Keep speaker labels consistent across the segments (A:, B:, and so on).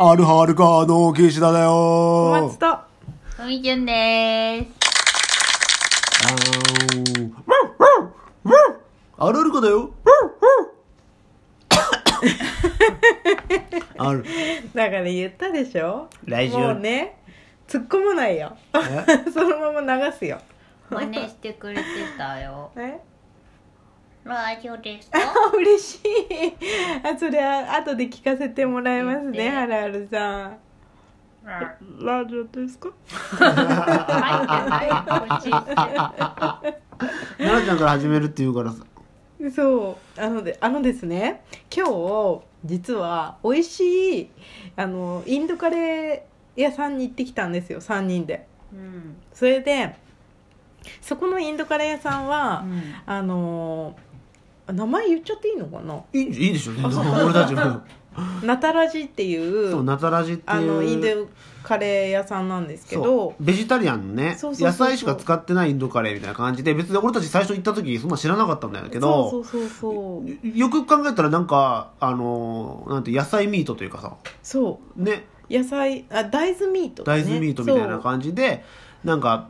A: アルハルカの岸田だ
B: 小
A: よ
B: 松とは
C: とみじゅんです。
A: あーアルハルカだよある
B: だから言ったでしょ
A: 来週
B: もうね突っ込まないよ そのまま流すよ
C: 真似してくれてたよ。
B: え
C: ラジオですか
B: あ嬉しいあそれは後で聞かせてもらいま
C: 言
B: すね
C: って
B: ハラハルさん
C: うん
B: ラジオですか
C: 入ってないこっちですよ
A: 奈々ちゃんから始めるって言うからさ
B: そうあのであのですね今日実は美味しいあのインドカレー屋さんに行ってきたんですよ3人で
C: うん。
B: それでそこのインドカレー屋さんは、
C: うん
B: あのー名前言っちゃっていいのかない
A: いいいでしょ全然俺たちも
B: ナタラジっていう
A: そうナタラジっていう
B: あのインドカレー屋さんなんですけ
A: そ
B: ど
A: うベジタリアンのね
B: そうそうそうそう
A: 野菜しか使ってないインドカレーみたいな感じで別に俺たち最初行った時そんな知らなかったんだけど
B: そうそうそうそう
A: よく考えたらなんかあのーなんて野菜ミートというかさ
B: そ
A: ね
B: う野菜あ大豆ミート、ね、
A: 大豆ミートみたいな
B: じ
A: 感じで、なんか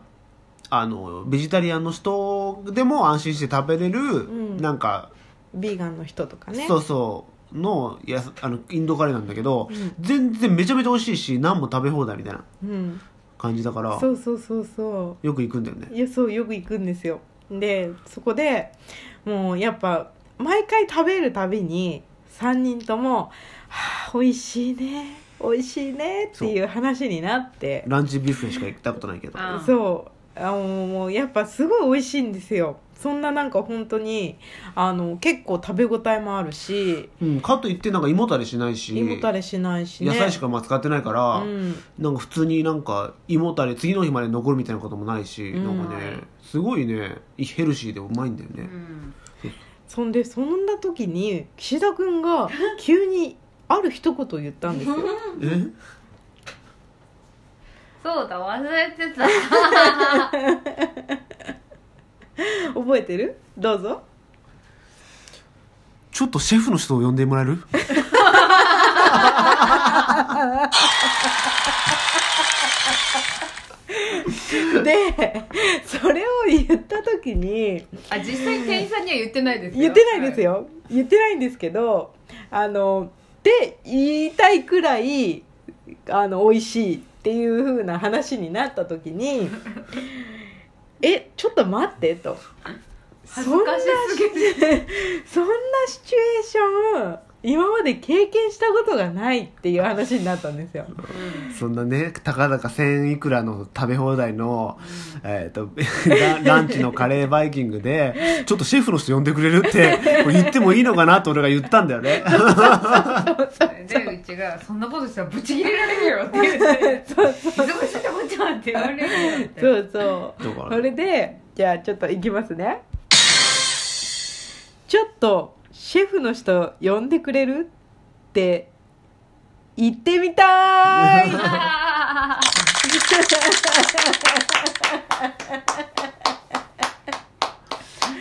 A: あのベジタリアンの人でも安心して食べれる、
B: ん
A: なんか
B: ビーガンの人とかね
A: そうそうのやさあのインドカレーなんだけど、
B: うん
A: 全然めちゃめちゃ美味しいし何も食べ放題みたいな
B: うん、
A: 感じだから
B: そうそうそうそ
A: よく行くんだよね
B: ういやそうよく行くんですよでそこでもうやっぱ毎回食べるたびに3人とも「はあ美味しいね美味しいね」っていう話になって
A: ランチビュッフェしか行ったことないけど
C: あうん
B: そうあのもうやっぱすごい美味しいんですよそんななんか本当にあの結構食べ応えもあるし
A: うん、かといってなんか胃もたれしないし
B: 胃もたれしないしね
A: 野菜しかまあ使ってないから、
B: うん
A: なんか普通になんか胃もたれ次の日まで残るみたいなこともないし、
B: うん
A: なんかねすごいねヘルシーでうまいんだよ
C: う
A: ね、
C: ん。
B: そんでそんな時に岸田君が急にある一言を言ったんですよ
A: え
C: そうだ、忘れてた。
B: 覚えてるどうぞ
A: ちょっとシェフの人を呼んでもらえる
B: でそれを言った時に
D: あ実際に店員さんには言ってないですよ
B: 言ってないですよ、言ってないんですけどあのって言いたいくらいあの美味しいっていう風な話になった時 に「えちょっと待って」と。
D: 恥ずかしすぎ
B: そんなシそんなシチュエーション今まで経験したことがないっていう話になったんですよ。
A: そんなねたかだか1000いくらの食べ放題の、えー、と ラランチのカレーバイキングでちょっとシェフの人呼んでくれるってこれ言ってもいいのかなと俺が言ったんだよ ね
D: はいでうちが「そんなことしたらブチ切れられるよ」って言って「忙しいってこっちゃ」って言われるよって
B: そうそ
A: だから
B: う。それで、じゃあちょっと行きますね。ちょっとシェフの人呼んでくれるって言ってみた い
D: あー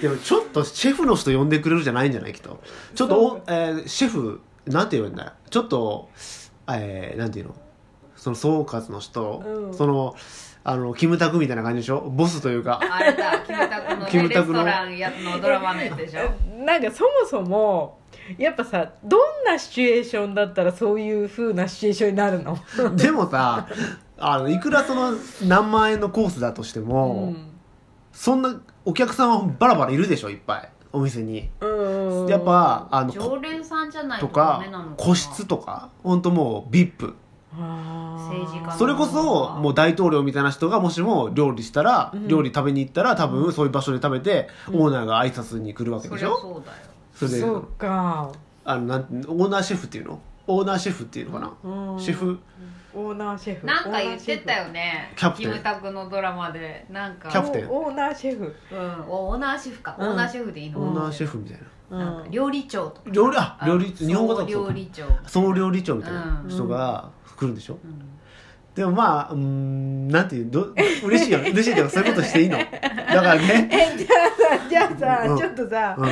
A: でもちょっとシェフの人呼んでくれるじゃないんじゃないきっとちょっとお、えーシェフなんて言うんだちょっと、えー、なんて言うのその総括の人、
B: うん
A: そのあのキムタクみたいな感じでしょボスというか
D: あれだキムタクの
A: キム
D: ねレ
A: タ
D: ス
A: ク
D: ト
A: の
D: ランやつのドラマのやつでしょ
B: なんかそもそも、やっぱさ、どんなシチュエーションだったらそういう風なシチュエーションになるの
A: でもさあのいくらその何万円のコースだとしても、そんなお客さんはバラバラいるでしょいっぱいお店に
B: うん
A: やっ、ぱあの
C: 常
A: こと
C: 連さんじゃない
A: と
C: とダメな
A: か
C: のかな。
A: 個室とか本当もう VIP
B: 政
C: 政治家の
A: それこそもう大統領みたいな人がもしも料理したら、
B: うん
A: 料理食べに行ったら多分そういう場所で食べて、オーナーが挨拶に来るわけ
C: そ
A: で
C: り
A: し
C: ゃ
A: ょ
C: そうだよ。
A: それで
B: そうか。
A: あのなんオーナーシェフっていうのオーナーシェフっていうのかな、
B: うん
A: シェフ
B: オーナーシェフ。
D: なんか言ってたよね
A: キャプテン
D: キムタクのドラマでなんか
A: キャプテン
B: オーナーシェフ。
D: うんオーナーシェフか、
B: うん
D: オーナーシェフでいいの
A: オーナーシェフみたいな
D: なんか料理長とか
A: 料理あ
D: あ
A: 料理日本語だと
D: 総
A: そう
D: 料理長
A: 総料理長みたいな人が来るんでしょ、でもまあうーんなんていうど嬉しいよね嬉しいけどそういうことしていいのだからね
B: えじゃあさじゃあさ、
A: うん
B: ちょっとさ、
A: うん
B: あ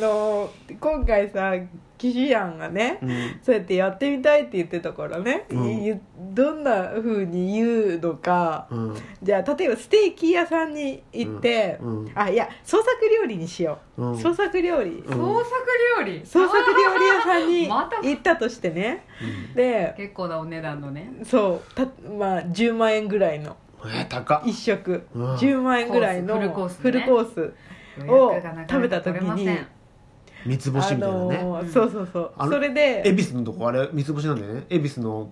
B: の今回さキシアンがね、
A: うん
B: そうやってやってみたいって言ってたからね、
A: うん
B: いどんな風に言うのか、
A: うん
B: じゃあ例えばステーキ屋さんに行って、
A: うんうん
B: あいや創作料理にしよう、
A: うん
B: 創作料理、
A: うん
D: 創作料理
B: 創作料理屋さんに
D: また
B: 行ったとしてねで
D: 結構なお値段のね
B: そうたまあ10万円ぐらいの
A: えー、高っ
B: 1食、
A: うん
B: 10万円ぐらいの
D: コースフルコースね
B: フルコースを食べた時に
A: 三つ星みたいなね、
B: あのー
D: うん
B: そうそうそう
A: あの
B: それで
A: 恵比寿のとこあれ三つ星なんだよね恵比寿の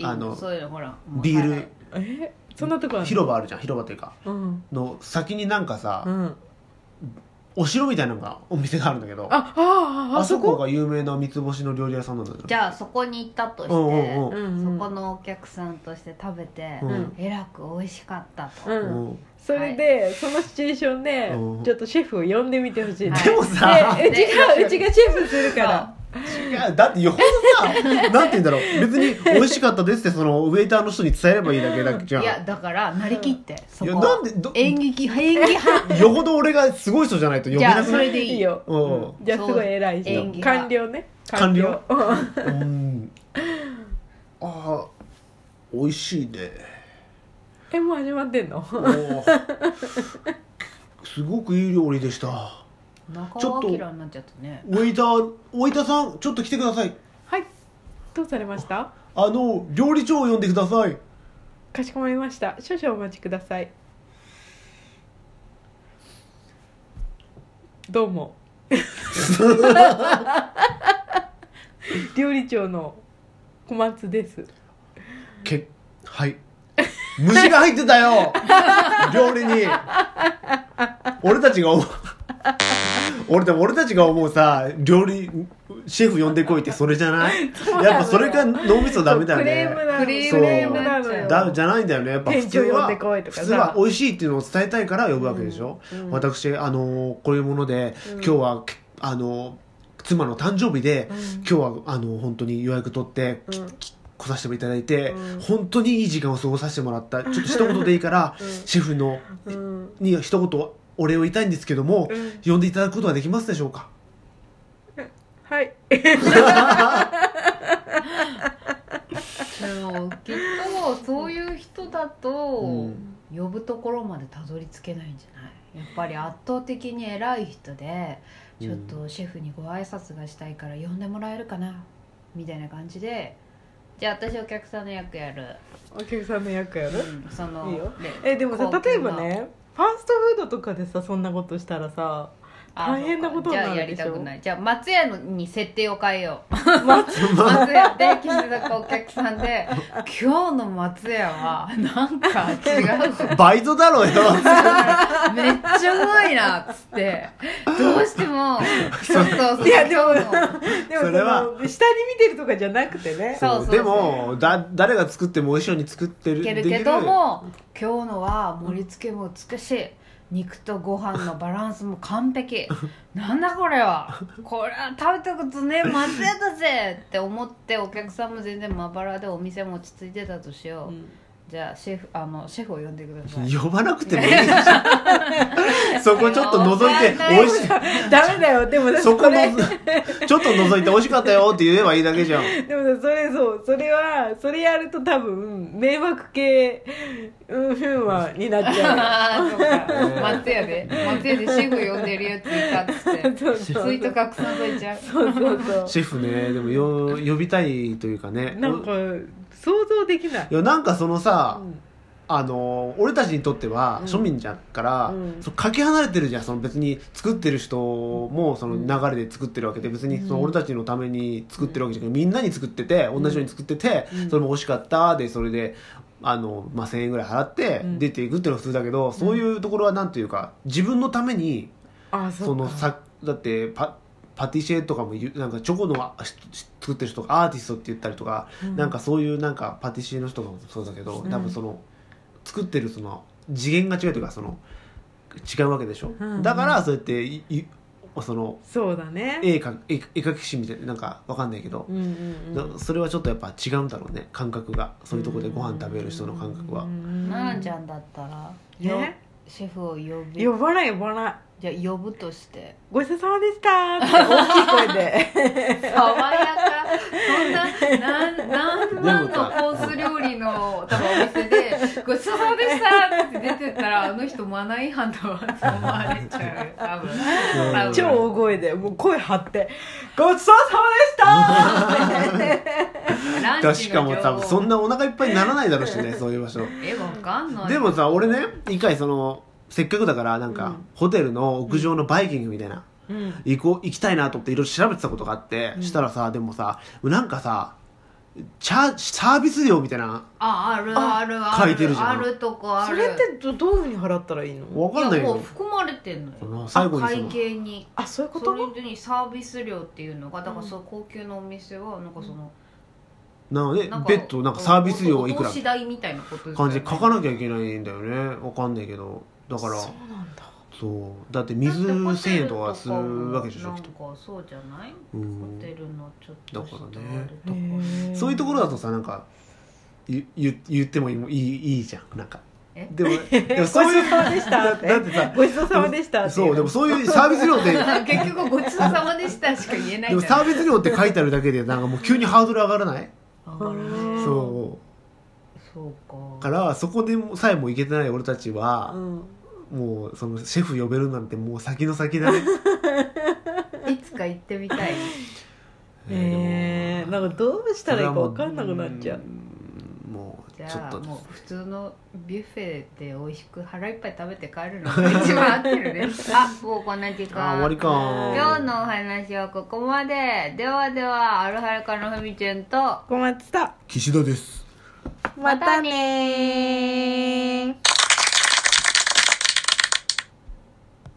A: あ
D: あ
A: の
D: のそういうのほら
A: ビール、
B: えそんなとこあるの
A: 広場あるじゃん広場というか
B: うん
A: の先になんかさ、
B: うん
A: お城みたいなのがお店があるんだけど
B: ああああ
A: あ
B: そ
A: そこ
B: こ
A: が有名な三つ星の料理屋さんなんだよ
C: じゃあそこに行ったとし
A: うんうん
C: て
A: うん
B: うん
C: そこのお客さんとして食べて
A: うん
B: うん
C: えらく美味しかったと
B: う
A: うん
B: んそれで、そのシチュエーションで、
A: うん
B: ちょっとシェフを呼んでみてほしいの、
C: はい
A: でもさ、
B: でうちが
D: ね
B: うちがシェフするから
A: 違うだってよほどさなんて言うんだろう別に美味しかったですってそのウェイターの人に伝えればいいだけだけじゃん
C: いやだからなりきってそ
A: いや
C: こ
A: なん
C: は
A: でど
C: 演劇派演技派
A: よほど俺がすごい人じゃないと呼べ
C: じゃあ
A: なく
C: そ
A: ない
C: れでいい
B: よ、
A: うん
B: じゃあすごい偉い
C: そう
B: 人
C: 演技派
B: 官僚ね
A: 官僚
B: うん
A: うんあー美味しいね
B: えもう始まってんの
A: おーすごくいい料理でしたち
D: 中
A: ょっ
D: 尾
A: と
D: 明になっちゃったね
A: ウェイターウェイターさんちょっと来てください
B: はいどうされました
A: あの料理長を呼んでください
B: かしこまりました少々お待ちくださいどうも料理長の小松です
A: けはい虫が入ってた よ料理に俺たちが思う俺でも俺たちが思うさ料理シェフ呼んでこいってそれじゃないやっぱそれが脳みそダメだよ
B: クレーム
A: ね
B: なの
D: クレ
A: ーム
B: クレームなの
D: そう
B: よ
A: だじゃないんだよねやっぱ普
B: 店
A: 通
B: 長呼ん
A: は
B: でこいとかさ
A: 普通は美味しいっていうのを伝えたいから呼ぶわけでしょ、
B: うんうん
A: 私あのーこういうもので、
B: う
A: 今
B: ん
A: 日はけあのー妻の誕生日で、
B: うん
A: 今日はあのー本当に予約取って
B: うん
A: 来させてもいただいて、
B: うん
A: 本当にいい時間を過ごさせてもらったちょっと一言でいいから、
B: うん
A: シェフの
B: うん
A: に一言お礼を言いたいんですけども、
B: うん
A: 呼んでいただくことはできますでしょうか
B: はい
D: でもきっとそういう人だ
A: う
D: と
A: ん
D: 呼ぶところまでたどり着けないんじゃないやっぱり圧倒的に偉い人でちょっとシェフにご挨拶がしたいから呼んでもらえるかなみたいな感じで
C: じゃあ私お客さんの役やる
B: お客さんの役やる
D: うんその
B: いいよ
D: ね
B: えでもさ
D: こう
B: 例えばねファーストフードとかでさそんなことしたらさ
C: あ
B: 大変なことに
C: じゃ
B: な
C: あや
B: るで
C: り
B: したょ
C: くないじゃあ松屋のに設定を変えよう
B: 松
C: 松屋で岸田かお客さんで
D: 今日の松屋はなんか違うぞ
A: バイトだろうよ
D: めっちゃうまいなっつってどうして もそうそうそう
B: いやでも
D: 今日の
B: でもそ
A: それは
B: の下に見てるとかじゃなくてね
D: そうそうそう
A: でもだ誰が作っても美味しいように作ってる
D: いける
A: でき
D: けども今日のは盛り付けも美しい肉とご飯のバランスも完璧なんだこれはこれは食べたことねえ松屋だぜって思ってお客さんも全然まばらでお店も落ち着いてたとしよう、
B: うん
D: じゃあシェフあのシェフを呼んでください
A: 呼ばなくてもいいでしょそこちょっと覗いて
D: いや
A: 美味しい
B: ダメだよでもだって
A: そこの
B: これ
A: ちょっと覗いて美味しかったよって言えばいいだけじゃん
B: でもさそれそうそれはそれやると多分迷惑系うんふんはになっちゃ
D: ああそうか松屋で松屋でシェフ呼んでるやついたっつ って
B: うそう
D: ツイ
B: そう
D: ート拡散されちゃう
B: そうそうそ
A: シェフねでもよ呼びたいというかね
B: うなんか想像できない
A: いやなんかそのさ、
B: うん
A: あの俺たちにとっては
B: うん
A: 庶民じゃんから、
B: うん
A: そのかけ離れてるじゃんその別に作ってる人もその流れで作ってるわけで別にその俺たちのために作ってるわけじゃなくてみんなに作ってて同じように作ってて、
B: うん
A: それも美味しかったでそれであの、まあ、1000円ぐらい払って
B: うん
A: 出ていくっていうのが普通だけど、そういうところはなんていうか自分のために
B: あそ
A: その
B: うか
A: さだってパパティシエとかも言うなんかチョコのあしし作ってる人がアーティストって言ったりとか、
B: うん
A: なんかそういうなんかパティシエの人もそうだけど、
B: うん
A: 多分その作ってるその次元が違うというかその違うわけでしょ、
B: うん
A: だからそうやっていいその
B: そうだね
A: 絵か絵絵描き師みたいななんかわかんないけど
B: う、んうんうん
A: なそれはちょっとやっぱ違うんだろうね感覚がそういうところでご飯食べる人の感覚は、
B: ううう
D: なあちゃんだったら、よ
B: ね
D: シェフを呼び
B: 呼ばない呼ばな
D: じゃあ呼ぶとして
B: ごちそうさまでしたって大きい声で
D: 爽やかそんな何何万のコース料理の多分お店で「ごちそうさまでした」って出てったらあの人マナー違反だわって思われちゃう多分多分
B: 超大声でもう声張って「ごちそうさまでした!」って
D: ランチの
A: 確かもう多分そんなお腹いっぱいにならないだろうし ねそういう場所
D: えわかんない
A: でもさ俺ね一回そのせっかくだからなんか、
B: うん
A: ホテルの屋上のバイキングみたいな、
B: うん
A: 行こう行きたいなと思っていろいろ調べてたことがあって、したらさでもさなんかさチャサービス料みたいな
D: ああるあるある
A: 書いてるじゃん
D: あるとこあ
B: そ
D: る
B: れってどどういうふうに払ったらいいの
A: わかんない
D: い
A: け
D: やもう
A: ど
D: 含まれてんのよ
A: この最後にその
D: 会計に
B: あそういうこ
D: そ
B: と
D: れにサービス料っていうのがだからそう高級なお店はなんかその、
A: なので
D: なんか
A: 別途なんかサービス料はいく
D: お
A: ら
D: 通し代みたいなことですよ
A: 感
D: ね
A: じで書かなきゃいけないんだよねわかんないけどだから
B: そうなんだ
A: そうだって水1000円とかするわけでしょ
D: なん
A: きっ
D: か
A: と
D: そうじゃない、
A: うん
D: ホテルのちょっとした
A: だ
D: あ
A: からね
D: れとか
B: へえ
A: そういうところだとさなんかゆゆ言ってもいいもいいいいじゃんなんか
D: え
A: でもでも
B: ご
A: そう
B: ち
A: い
B: そう
A: う
B: さまでしたって
A: だってさ
B: ごちそうさまでしたって
A: そうでもそういうサービス料 ってで
D: 結局ごちそうさまでしたしか言えない
A: も
D: じゃ
A: サ
D: ん
A: ービス料って書いてあるだけでなんかもう急にハードル上がらない
D: 上がるね
B: うん
A: そ
D: そう
A: う
D: か
A: からそこでもさえも行けてない俺たち
B: う
A: は
B: ん
A: もうそのシェフ呼べるなんてもう先の先だ ね
D: いつか行ってみ たい
B: え
A: え
B: ー、
A: ーでも
B: なんかどうしたらいいか分かんなくなっちゃう
A: うんも
D: じ
A: うちょ
D: ゃ
A: っ
D: あ
A: とです
D: もう普通のビュッフェで美味しく腹いっぱい食べて帰るのが一番合ってるね
C: あもうこんな時
A: あ
C: 間
A: 終わりか
C: 今日のお話はここまでではではアルハルカのふみちゃんと
B: 小松さん
A: 岸田です
B: またね
C: ねー